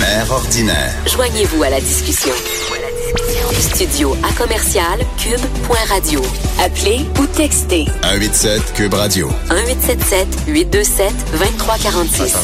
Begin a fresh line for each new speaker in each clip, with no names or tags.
Mère ordinaire.
Joignez-vous à la discussion. Studio à commercial cube.radio. Appelez ou textez
187 Cube Radio.
1877 827 2346.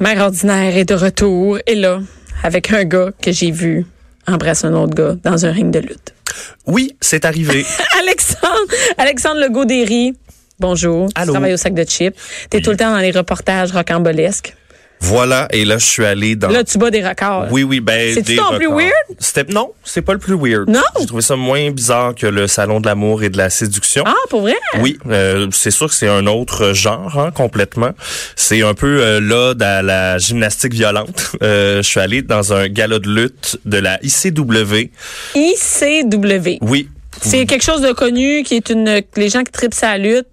Mère ordinaire est de retour et là, avec un gars que j'ai vu embrasser un autre gars dans un ring de lutte.
Oui, c'est arrivé.
Alexandre, Alexandre Legaudéry, bonjour. Tu
Allô.
travailles au sac de chips. T'es tout le temps dans les reportages rocambolesques.
voilà, et là, je suis allé dans.
Là, tu bats des records.
Ah. oui, oui, ben.
C'est-tu
des
ton plus
records.
weird?
C'était- Non, c'est pas le plus weird.
Non?
J'ai trouvé ça moins bizarre que le salon de l'amour et de la séduction.
Ah, pour vrai?
Oui, euh, c'est sûr que c'est un autre genre hein, complètement. C'est un peu euh, l'ode à la gymnastique violente. Euh, je suis allé dans un gala de lutte de la ICW.
ICW.
Oui,
C'est quelque chose de connu qui est une. que Les gens qui tripent sa lutte.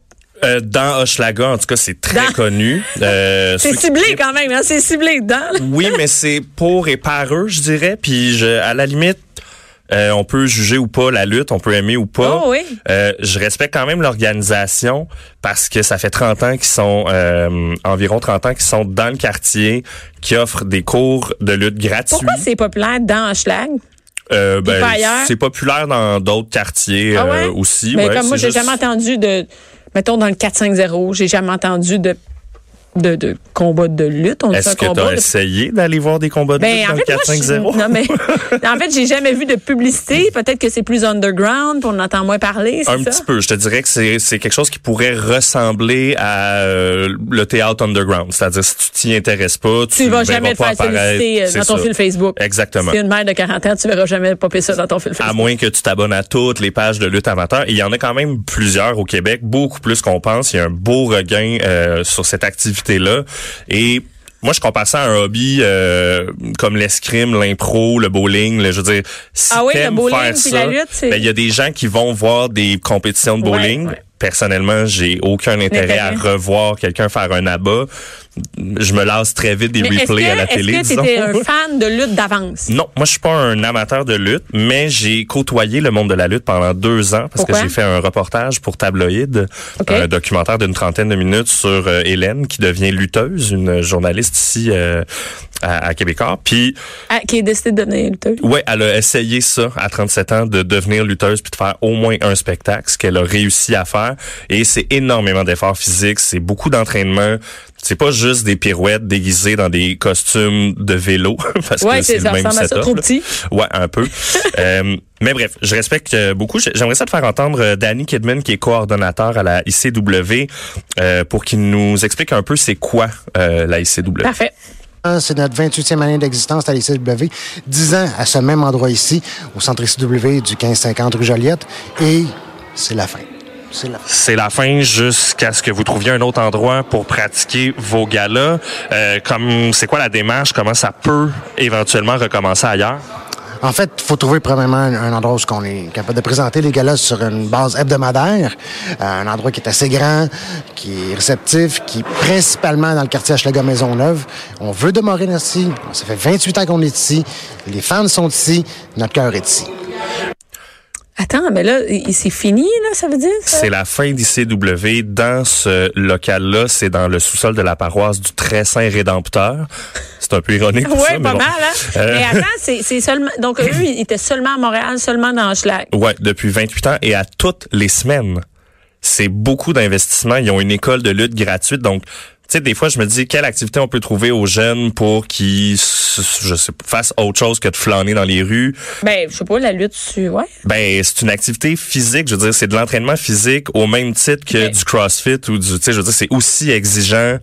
euh, dans Hochelaga, en tout cas, c'est très
Dans-
connu. Euh,
C'est
ceux qui
ciblé quand même, hein? C'est ciblé dedans. là.
Oui, mais c'est pour et par eux, je dirais. Puis je, à la limite, euh, on peut juger ou pas la lutte, on peut aimer ou pas.
Oh oui.
Euh, je respecte quand même l'organisation parce que ça fait 30 ans qu'ils sont, euh, environ 30 ans qu'ils sont dans le quartier, qui offrent des cours de lutte gratuits.
Pourquoi c'est populaire dans Hochelag?
Euh, ben,
pas ailleurs?
c'est populaire dans d'autres quartiers
Ah ouais?
euh, aussi.
Mais
ouais,
comme moi, j'ai
c'est juste-
jamais entendu de. Mettons dans le 4-5-0, j'ai jamais entendu de, de, de combat de lutte. On dit ça
Est-ce que tu
combat.
as
de-
essayé d'aller voir des combats de
Ben,
lutte
en
dans
fait, moi,
le 4-5-0?
je- non, mais, en fait, j'ai jamais vu de publicité. Peut-être que c'est plus underground, puis on entend moins parler, c'est
Un
ça?
petit peu. Je te dirais que c'est c'est quelque chose qui pourrait ressembler à euh, le théâtre underground. C'est-à-dire, si tu t'y intéresses pas, tu
Tu vas
le verras
jamais te
ben, pas
faire
apparaître.
solliciter euh,
C'est
dans ton
ça.
fil Facebook. Si
Exactement.
t'es une mère de 40 ans, tu verras jamais popper ça dans ton fil
À
Facebook.
moins que tu t'abonnes à toutes les pages de lutte amateur. Et Il y en a quand même plusieurs au Québec, beaucoup plus qu'on pense. Il y a un beau regain euh, sur cette activité-là. Et moi, je compare ça à un hobby euh, comme l'escrime, l'impro, le bowling. le- je veux dire, si
Ah oui, le
t'aimes
bowling
faire
puis
ça,
la lutte, c'est-
ben, il y a des gens qui vont voir des compétitions de
Ouais,
bowling.
ouais.
Personnellement, j'ai aucun intérêt à
Intérêt.
revoir quelqu'un faire un abat. Je me lasse très vite des
Mais est-ce que,
replays à la télé.
est-ce que
disons.
t'étais un fan de lutte d'avance?
Non, moi je suis pas un amateur de lutte, mais j'ai côtoyé le monde de la lutte pendant deux ans parce
Pourquoi?
que j'ai fait un reportage pour Tabloïd,
Ok.
un documentaire d'une trentaine de minutes sur euh, Hélène qui devient lutteuse, une journaliste ici euh, à, à Québécois. Puis
Ah, qui est décidé de devenir lutteuse?
ouais, elle a essayé ça à 37 ans de devenir lutteuse puis de faire au moins un spectacle, ce qu'elle a réussi à faire. Et c'est énormément d'efforts physiques, c'est beaucoup d'entraînement. C'est pas juste des pirouettes déguisées dans des costumes de vélo parce
Ouais,
que c'est
c'est
le
ça
même
ressemble à ça
setup,
trop
là.
petit.
Ouais, un peu. Euh, mais bref, je respecte euh, beaucoup. J'ai- J'aimerais ça te faire entendre euh, Danny Kidman, qui est coordonnateur à la ICW, euh, pour qu'il nous explique un peu c'est quoi euh, la ICW.
Parfait.
C'est notre 28e année d'existence à l'ICW. 10 ans à ce même endroit ici, au centre ICW du 1550 rue Joliette. Et c'est la fin. C'est la fin.
C'est la fin jusqu'à ce que vous trouviez un autre endroit pour pratiquer vos galas. Euh, comme c'est quoi la démarche Comment ça peut éventuellement recommencer ailleurs
En fait, il faut trouver premièrement un, un endroit où ce qu'on est capable de présenter les galas sur une base hebdomadaire, Euh, un endroit qui est assez grand, qui est réceptif, qui est principalement dans le quartier Hochelaga Maisonneuve. On veut demeurer ici. Ça fait 28 ans qu'on est ici. Les fans sont ici. Notre cœur est ici.
Attends, mais là, i- c'est fini, là, ça veut dire? ça?
C'est la fin d'ICW. Dans ce local-là, c'est dans le sous-sol de la paroisse du Très Saint Rédempteur. C'est un peu ironique. tout
Oui,
ça,
pas
mais
mal,
bon.
hein?
Euh,
Mais attends, c'est c'est seulement. Donc, eux, ils étaient seulement à Montréal, seulement dans Hochelag.
Ouais, depuis 28 ans et à toutes les semaines. C'est beaucoup d'investissements. Ils ont une école de lutte gratuite. Donc, tu sais, des fois, je me dis, quelle activité on peut trouver aux jeunes pour qu'ils, s- je sais, pas, fassent autre chose que de flâner dans les rues.
Ben, je sais pas, la lutte, tu. Ouais.
Ben, c'est une activité physique. Je veux dire, c'est de l'entraînement physique au même titre que
Mais-
du CrossFit ou du, tu sais, je veux dire, c'est aussi exigeant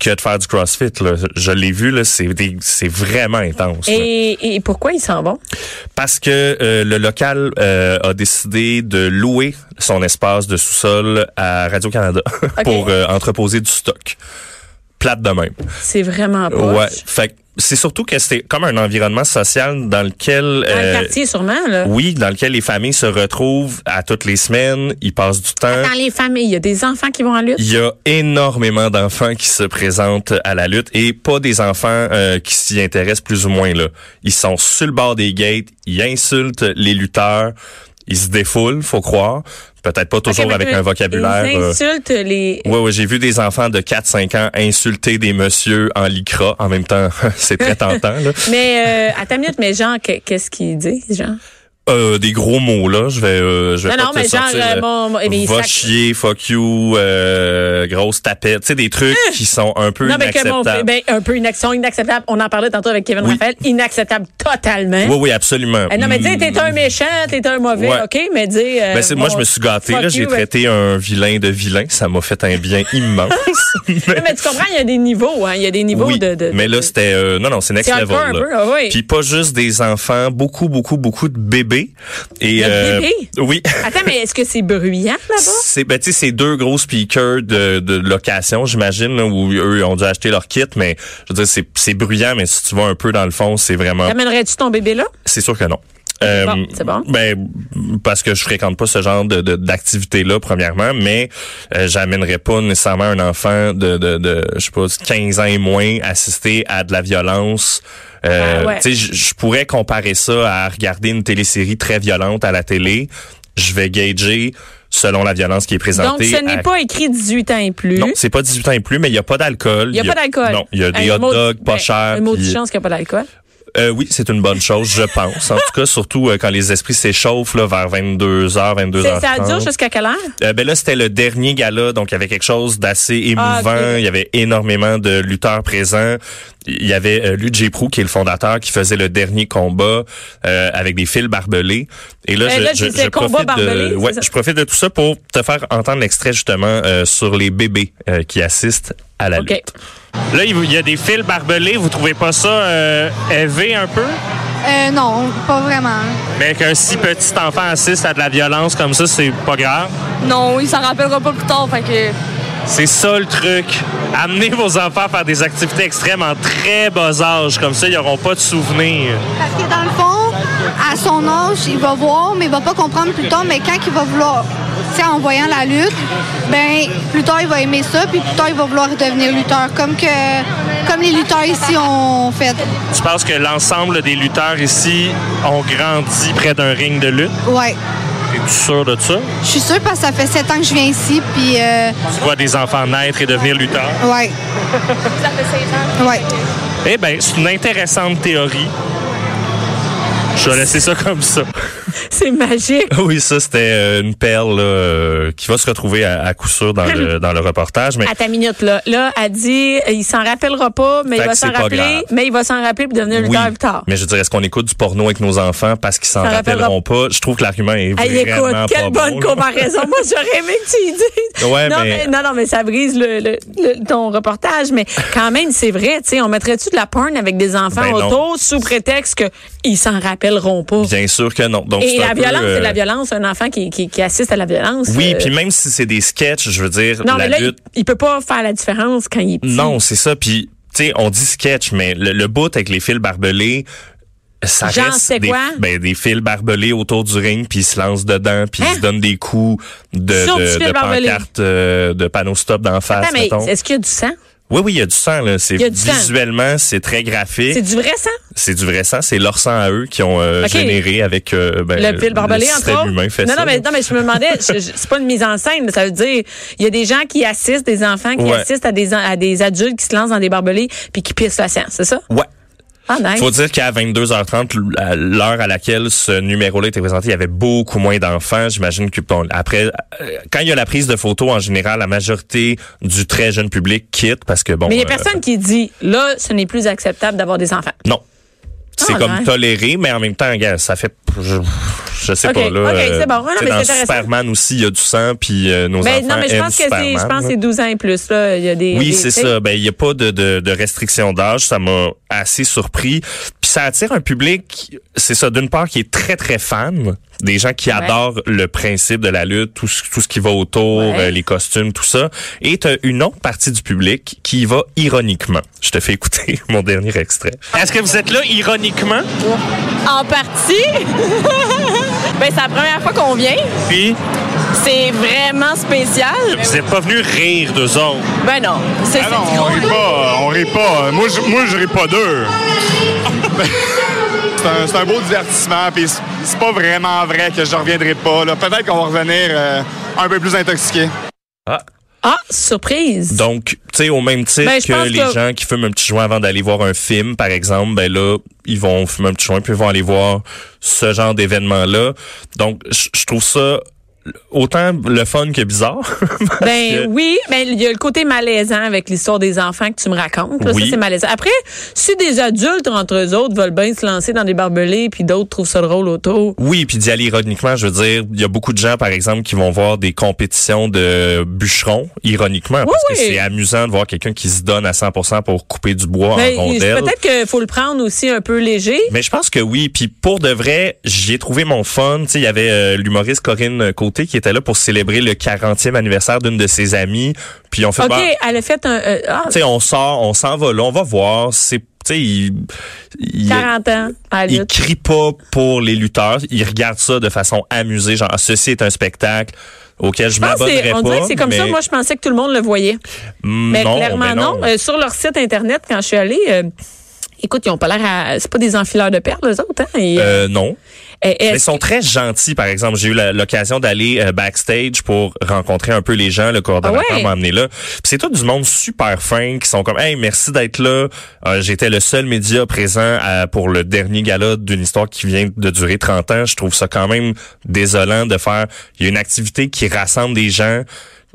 que de faire du CrossFit. Là. Je l'ai vu, là, c'est des- c'est vraiment intense. là.
Et, et pourquoi ils s'en vont?
Parce que euh, le local euh, a décidé de louer son espace de sous-sol à Radio-Canada pour euh, entreposer du stock. plate de même.
C'est vraiment pas.
Ouais. Fait que c'est surtout que c'est comme un environnement social dans lequel
Dans le
euh,
quartier, sûrement, là.
oui, dans lequel les familles se retrouvent à toutes les semaines, ils passent du temps.
Dans les familles, il y a des enfants qui vont en lutte.
Il y a énormément d'enfants qui se présentent à la lutte et pas des enfants euh, qui s'y intéressent plus ou moins là. Ils sont sur le bord des gates, ils insultent les lutteurs, ils se défoulent, faut croire. Peut-être pas toujours
Ok, mais
avec
que-
un vocabulaire.
Ils
euh,
insultent les.
Ouais, ouais, j'ai vu des enfants de 4-5 ans insulter des messieurs en lycra. En même temps, c'est très tentant, là.
Mais, euh, attends une minute, mais genre, que- qu'est-ce qu'ils disent, genre?
Euh, des gros mots, là. Je vais, euh, je vais
Non,
pas
non,
te
mais genre,
sortir,
euh,
euh,
mon- mon- eh bien,
va
sac-
chier, fuck you, euh, grosse tapette. Tu sais, des trucs qui sont un peu
Non, mais que
inacceptables.
mon. Ben, un peu une action inacceptable. On en parlait tantôt avec Kevin
Oui.
Raphaël. Inacceptable totalement.
Oui, oui, absolument.
Hein? Eh non, mais dis, t'es un méchant, t'es un mauvais,
Mm. Ouais.
OK? Mais dis. euh,
Ben, c'est- moi,
bon,
je me suis gâté.
fuck
Là, j'ai
you, ouais.
traité un vilain de vilain. Ça m'a fait un bien immense.
Non, mais tu comprends, il y a des niveaux, hein. Il y a des niveaux
oui,
de, de-
mais là,
de-
c'était... euh, non, non, c'est next
C'est
level.
hardcore un
là.
peu, ah oui.
Puis pas juste des enfants, beaucoup, beaucoup, beaucoup de bébés. Et,
De
euh,
bébés?
Oui.
Attends, mais est-ce que c'est bruyant là-bas?
C'est ben, tu sais, c'est deux gros speakers de, de location, j'imagine, là, où eux ont dû acheter leur kit, mais je veux dire, c'est, c'est bruyant, mais si tu vas un peu dans le fond, c'est vraiment...
T'amènerais-tu ton bébé là?
C'est sûr que non. Euh,
bon, c'est bon.
Ben, parce que je fréquente pas ce genre de, de- d'activité-là, premièrement, mais euh, j'amènerais pas nécessairement un enfant de, de, de, je sais pas, 15 ans et moins assister à de la violence. Euh,
Ah ouais.
tu sais, je je pourrais comparer ça à regarder une télésérie très violente à la télé. Je vais gager selon la violence qui est
Donc,
présentée.
ce n'est
à-
pas écrit 18 ans et plus.
Non, c'est pas 18 ans et plus, mais il n'y a pas d'alcool.
Il n'y a, pas d'alcool.
Non, il y a des
Un
hot
mot-
dogs pas
ben,
chers.
Un mot de
puis-
chance qu'il n'y a pas d'alcool.
euh, oui, c'est une bonne chose, je pense. En tout cas, surtout euh, quand les esprits s'échauffent là, vers 22h, 22h.
C'est- Ça dure jusqu'à quelle heure?
ben là, c'était le dernier gala, donc il y avait quelque chose d'assez émouvant.
Ah, ok.
Il y avait énormément de lutteurs présents. Il y avait euh, Luc Géproux, qui est le fondateur, qui faisait le dernier combat euh, avec des fils barbelés. Et là,
Ben
je,
là,
je-
tu disais
je
combat
profite
barbelé,
de,
c'est
ouais,
ça?
je profite de tout ça pour te faire entendre l'extrait justement euh, sur les bébés euh, qui assistent à la
OK.
lutte. Là, il y a des fils barbelés. Vous trouvez pas ça euh, élevé un peu?
Euh, non, pas vraiment.
Mais qu'un si petit enfant assiste à de la violence comme ça, c'est pas grave.
Non, il s'en rappellera pas plus tard, fait que.
C'est ça le truc. Amenez vos enfants à faire des activités extrêmes en très bas âge. Comme ça, ils n'auront pas de souvenirs.
Parce que dans le fond, à son âge, il va voir, mais il va pas comprendre plus tard, mais quand il va vouloir, tu sais, en voyant la lutte, ben plus tard il va aimer ça, puis plus tard il va vouloir devenir lutteur, comme que comme les lutteurs ici ont fait.
Tu penses que l'ensemble des lutteurs ici ont grandi près d'un ring de lutte?
Ouais.
Es-tu sûr de ça?
Je suis sûre parce que ça fait sept ans que je viens ici, puis euh,
Tu vois des enfants naître et devenir lutteurs?
ouais. Ça fait 16 ans. Ouais.
Eh bien, c'est une intéressante théorie. Je vais laisser ça comme ça.
C'est magique.
Oui, ça, c'était euh, une perle là, euh, qui va se retrouver à, à coup sûr dans le, dans le reportage. Mais
À ta minute, là. Là, elle dit, euh, il s'en rappellera pas, mais
Fait
il va
que
s'en
c'est pas grave.
rappeler, mais il va s'en rappeler puis devenir
oui,
lutteur plus tard.
mais je dirais, est-ce qu'on écoute du porno avec nos enfants parce qu'ils s'en
Ça
rappelleront pas? Je trouve que l'argument est
Hey, écoute,
vraiment
quelle
pas
bonne
bon, là.
comparaison. Moi, j'aurais aimé que tu y dises.
Ouais,
non,
mais-
non, non, mais ça brise le, le- le- ton reportage. Mais quand même, c'est vrai, tu sais, on mettrait-tu de la porn avec des enfants
Ben non.
autour sous prétexte qu'ils s'en rappelleront pas?
Bien sûr que non. Donc,
Et
c'est un
la
peu,
violence,
euh,
c'est de la violence. Un enfant qui, qui, qui assiste à la violence.
Oui,
euh,
puis même si c'est des sketchs, je veux dire,
Non, mais
la
là,
lutte...
il, il peut pas faire la différence quand il est petit.
Non, c'est ça. Puis, tu sais, on dit sketch, mais le, le bout avec les fils barbelés, ça
Genre,
reste
c'est
des,
quoi?
ben, des fils barbelés autour du ring, puis ils se lancent dedans, puis
Hein?
ils se donnent des coups de,
Sur du
de,
fil
de
barbelé.
pancartes, euh, de panneaux stop d'en face,
Attends, mais
mettons.
est-ce qu'il y a du sang?
Oui, oui, il y a du sang, là. C'est
Il y a du sang.
visuellement, c'est très graphique.
C'est du vrai sang?
C'est du vrai sang. C'est leur sang à eux qui ont euh,
Ok.
généré avec euh, ben,
le pile barbelé, entre
système
autres.
humain fait
non,
ça.
non, mais, non, mais je me demandais, je- je- c'est pas une mise en scène, mais ça veut dire, il y a des gens qui assistent, des enfants qui
Ouais.
assistent à des, en- à des adultes qui se lancent dans des barbelés puis qui pissent la sang, c'est ça?
Ouais.
Ah, nice.
Faut dire qu'à 22h30, l- à l'heure à laquelle ce numéro-là était présenté, il y avait beaucoup moins d'enfants. J'imagine que bon, après, euh, quand il y a la prise de photos, en général, la majorité du très jeune public quitte parce que bon.
mais il y a
euh,
personne qui dit, là, ce n'est plus acceptable d'avoir des enfants.
non. C'est
Ah,
comme
ouais.
toléré, mais en même temps, regarde, ça fait. Je, je sais
Ok,
pas là. euh,
ok, c'est bon. Ouais, non,
tu sais,
mais
dans
c'est intéressant.
Superman aussi, il y a du sang, puis euh, nos
Ben,
enfants
non, mais je
aiment
pense que c'est,
Superman,
je pense
là.
que c'est 12 ans et plus, là. Il y a des.
Oui,
des-
c'est
tu sais,
ça. Ben, il n'y a pas de, de, de restriction d'âge. Ça m'a assez surpris. Puis ça attire un public, c'est ça, d'une part, qui est très, très fan. des gens qui adorent le principe de la lutte, tout, ce- tout ce qui va autour,
Ouais.
euh, les costumes, tout ça. Et t'as une autre partie du public qui y va ironiquement. Je te fais écouter mon dernier extrait. Est-ce que vous êtes là ironiquement?
En partie. ben, c'est la première fois qu'on vient.
Puis,
C'est vraiment spécial.
vous n'êtes pas venu rire d'eux autres.
Ben non, c'est
Ah
c'est du gros.
rit pas, Ah on rit pas. Moi, je, moi, je ris pas d'eux. c'est, un, c'est un beau divertissement, puis c'est- c'est pas vraiment vrai que je reviendrai pas. là. Peut-être qu'on va revenir euh, un peu plus intoxiqué.
Ah, surprise!
Donc, tu sais, au même titre
Ben, je pense
que les
que-
gens qui fument un petit joint avant d'aller voir un film, par exemple, ben là, ils vont fumer un petit joint puis ils vont aller voir ce genre d'événement-là. Donc, je je trouve ça autant le fun que bizarre. Parce
Ben
que-
oui, mais il y a le côté malaisant avec l'histoire des enfants que tu me racontes. là,
Oui.
Ça, c'est malaisant. Après, si des adultes entre eux autres veulent bien se lancer dans des barbelés, puis d'autres trouvent ça drôle autour.
Oui, puis d'y aller ironiquement, je veux dire, il y a beaucoup de gens, par exemple, qui vont voir des compétitions de bûcherons, ironiquement, parce
oui.
que c'est amusant de voir quelqu'un qui se donne à 100% pour couper du bois
Ben,
en rondelle.
peut-être qu'il faut le prendre aussi un peu léger.
Mais je pense que oui. Puis pour de vrai, j'y ai trouvé mon fun. Tu sais, il y avait euh, l'humoriste Corinne Côté qui était là pour célébrer le 40e anniversaire d'une de ses amies. Puis on fait,
OK,
bah,
elle a fait un... euh, ah,
tu sais, on sort, on s'en va là, on va voir. C'est, tu sais, il, il-
40 ans Ah, à la
il
lutte.
crie pas pour les lutteurs. Il regarde ça de façon amusée. Genre, ceci est un spectacle auquel je
Je pense que
m'abonnerai
c'est-
pas.
on dirait que c'est comme ça.
mais-
Moi, je pensais que tout le monde le voyait.
Mm,
Mais
non,
clairement
mais
non. Euh, sur leur site internet, quand je suis allée, euh, écoute, ils ont pas l'air à. C'est pas des enfileurs de perles, eux autres. Hein? Et,
Euh, non.
et- et-
Mais ils sont très gentils, par exemple. J'ai eu la- l'occasion d'aller euh, backstage pour rencontrer un peu les gens. Le coordonnateur
Ah ouais?
m'a amené là. Puis c'est tout du monde super fin qui sont comme, hey, merci d'être là. Euh, J'étais le seul média présent à- pour le dernier gala d'une histoire qui vient de durer 30 ans. Je trouve ça quand même désolant de faire. Il y a une activité qui rassemble des gens.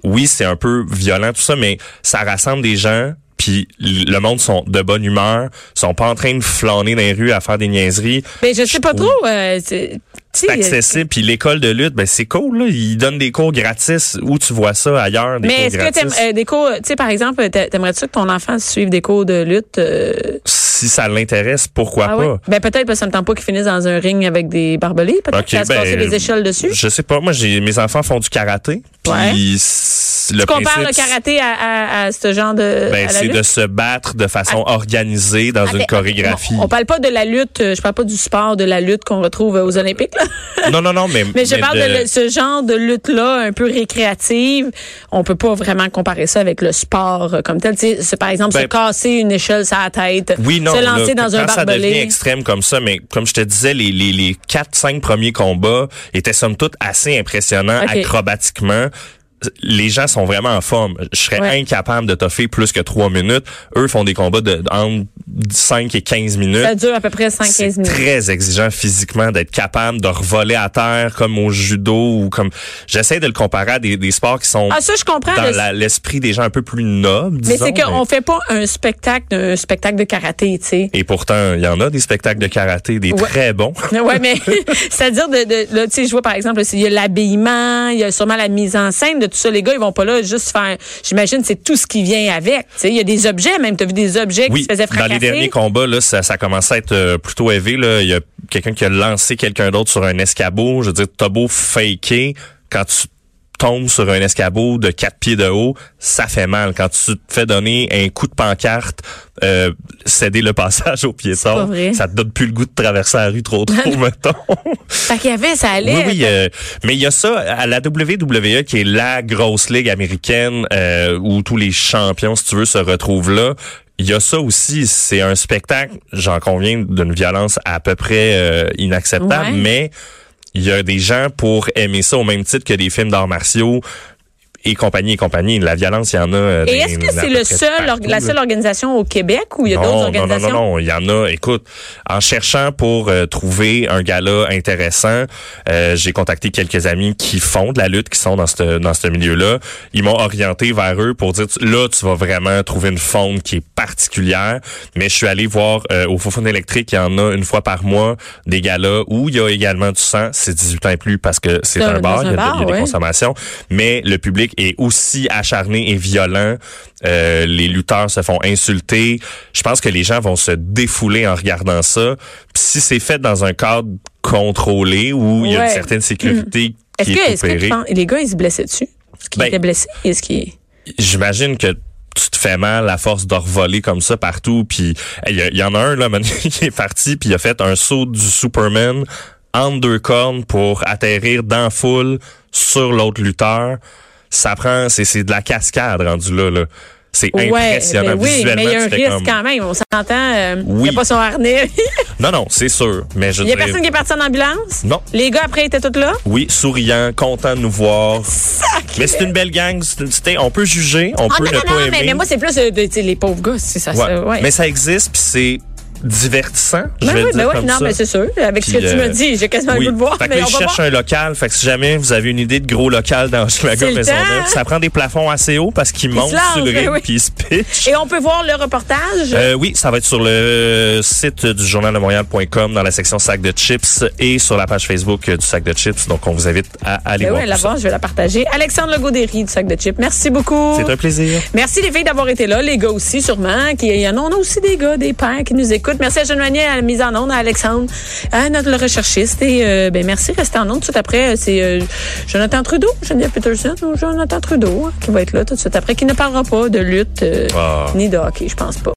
Oui, c'est un peu violent tout ça, mais ça rassemble des gens. Puis le monde sont de bonne humeur, sont pas en train de flâner dans les rues à faire des niaiseries.
ben, je sais pas
trouve-
trop. euh, c'est tu
C'est
sais,
accessible, puis l'école de lutte, ben c'est cool, là. Ils donnent des cours gratis. Où tu vois ça ailleurs, des
Mais
cours
est-ce que
gratis?
t'aimes euh, des cours, tu sais, par exemple, t'a- t'aimerais-tu que ton enfant suive des cours de lutte? euh,
Si ça l'intéresse, pourquoi
ah
pas?
oui? Ben peut-être parce que ça me tente pas qu'ils finissent dans un ring avec des barbelés, peut-être
Ok,
qu'ils se
ben,
passer des échelles dessus.
Je sais pas. Moi, j'ai mes enfants font du karaté. Puis
Ouais.
c- le
tu compares le
principe,
karaté à, à- à ce genre de.
Ben,
à la
c'est
lutte? Ah.
de se battre de façon organisée dans une
Attends,
chorégraphie.
On, on parle pas de la lutte, euh, je parle pas du sport de la lutte qu'on retrouve euh, aux Olympiques. là.
Non, non, non, mais.
Mais je parle de,
de-
le- ce genre de lutte-là, un peu récréative. On peut pas vraiment comparer ça avec le sport euh, comme tel. Tu sais, c'est, par exemple,
Ben,
se casser une échelle sur la tête,
Oui, non.
se lancer
là,
dans un
quand ça devient
barbelé.
extrême comme ça, mais comme je te disais, les, les, les 4-5 premiers combats étaient somme toute assez impressionnants
Ok.
acrobatiquement. Les gens sont vraiment en forme. Je serais
Ouais.
incapable de toffer plus que 3 minutes. Eux font des combats de entre 5 et 15 minutes.
Ça dure à peu près 5-15
C'est
minutes.
très exigeant physiquement d'être capable de revoler à terre comme au judo ou comme j'essaie de le comparer à des, des sports qui sont
Ah, ça, je comprends.
dans
le-
la- l'esprit des gens un peu plus nobles.
mais
disons,
c'est qu'on fait pas un spectacle, un spectacle de karaté, tu sais.
Et pourtant, il y en a des spectacles de karaté, des
Ouais.
très bons.
Ouais, mais c'est-à-dire de, de là, tu sais, je vois par exemple, il y a l'habillement, il y a sûrement la mise en scène de tout ça. Les gars, ils vont pas là juste faire. J'imagine, c'est tout ce qui vient avec. Tu sais, il y a des objets, même t'as vu des objets qui
Oui,
se faisaient
dans
fracasser.
les derniers combats, là, ça, ça commençait à être euh, plutôt élevé. Là. Il y a quelqu'un qui a lancé quelqu'un d'autre sur un escabeau. Je veux dire, t'as beau faker, quand tu tombes sur un escabeau de quatre pieds de haut, ça fait mal. Quand tu te fais donner un coup de pancarte, euh, céder le passage au
pas
piéton,
vrai.
ça te donne plus le goût de traverser la rue trop tôt, mettons.
Fait qu'il y avait, ça allait.
Oui, oui. euh, mais il y a ça à la WWE, qui est la grosse ligue américaine euh, où tous les champions, si tu veux, se retrouvent là. Il y a ça aussi, c'est un spectacle, j'en conviens, d'une violence à peu près euh, inacceptable,
Ouais.
mais il y a des gens pour aimer ça au même titre que des films d'arts martiaux et compagnie et compagnie. La violence, il y en a. euh,
Et
dans-
est-ce
à
que
peu
c'est le
près
seul,
partout,
la
là.
seule organisation au Québec ou il y a d'autres
Non, non, non,
organisations?
non, non, il y en a. Écoute, en cherchant pour euh, trouver un gala intéressant, euh, j'ai contacté quelques amis qui font de la lutte, qui sont dans ce dans ce milieu-là. Ils m'ont orienté vers eux pour dire tu- là, tu vas vraiment trouver une faune qui est particulière. Mais je suis allé voir euh, au Faux électrique, il y en a une fois par mois des galas où il y a également du sang. C'est 18 ans et plus parce que c'est
C'est un-
un bar,
dans un
il y a, de- il y a
bar,
des
ouais.
consommations. Mais le public public est aussi acharné et violent. Euh, les lutteurs se font insulter. Je pense que les gens vont se défouler en regardant ça. Puis si c'est fait dans un cadre contrôlé où il y a une
Ouais. Mm.
certaine sécurité
Est-ce
qui
que,
est,
est-ce que tu
opérée,
penses- les gars, ils se blessaient dessus? Est-ce qu'ils
Ben-
étaient blessés? Est-ce qu'ils...
j'imagine que tu te fais mal à force de revoler comme ça partout. Puis il y, a- il y en a un là, maintenant, qui est parti puis il a fait un saut du Superman entre deux cornes pour atterrir dans la foule sur l'autre lutteur. Ça prend, c'est c'est de la cascade rendu là. là. C'est impressionnant
ben oui, mais
visuellement.
il y a un
tu fais
risque
comme-
quand même. On s'entend, euh, il n'y
Oui.
a pas son harnais.
Non, non, c'est sûr. Mais je
Il n'y a
dirais-
personne qui est parti en ambulance?
Non.
Les gars, après, étaient tous là?
Oui, souriant, content de nous voir. Mais c'est une belle gang. c'est une- c'était- on peut juger, on
Ah,
peut
non,
ne
non,
pas
non,
aimer.
mais, mais moi, c'est plus euh, de- tu sais, les pauvres gars, c'est ça.
Ouais.
ça, ouais.
Mais ça existe, puis c'est divertissant. Je
Ben
vais
oui,
le dire
ben oui,
comme
non,
ça.
mais c'est sûr. Avec ce que
Puis,
tu
euh,
me dis, j'ai quasiment
Oui.
le goût de voir.
Fait que
mais
là,
on
ils
va
cherchent
voir.
un local. Fait que si jamais vous avez une idée de gros local dans Hochelaga,
C'est le
Maisonneuve,
temps.
ça prend des plafonds assez hauts parce qu'ils montent
lancent,
sur le
ben
ring
oui.
puis ils se pitchent.
Et on peut voir le reportage.
Euh, oui, ça va être sur le site du journal de Montréal.com dans la section sac de chips et sur la page Facebook euh, du sac de chips. Donc, on vous invite à aller
Ben
voir
oui,
tout
la
ça.
voir, je vais la partager. Alexandre Legaudéry du sac de chips. Merci beaucoup.
C'est un plaisir.
Merci les filles d'avoir été là, les gars aussi sûrement. Qui, il y en a, on a aussi des gars, des pères qui nous écoutent. Merci à Jeanne Manier, à la mise en onde, à Alexandre, à notre le recherchiste. Et euh, ben merci, restez en onde tout de suite après. C'est euh, Jonathan Trudeau, Geneviève Peterson ou Jonathan Trudeau hein, qui va être là tout de suite après, qui ne parlera pas de lutte euh,
Ah.
ni de hockey, je pense pas.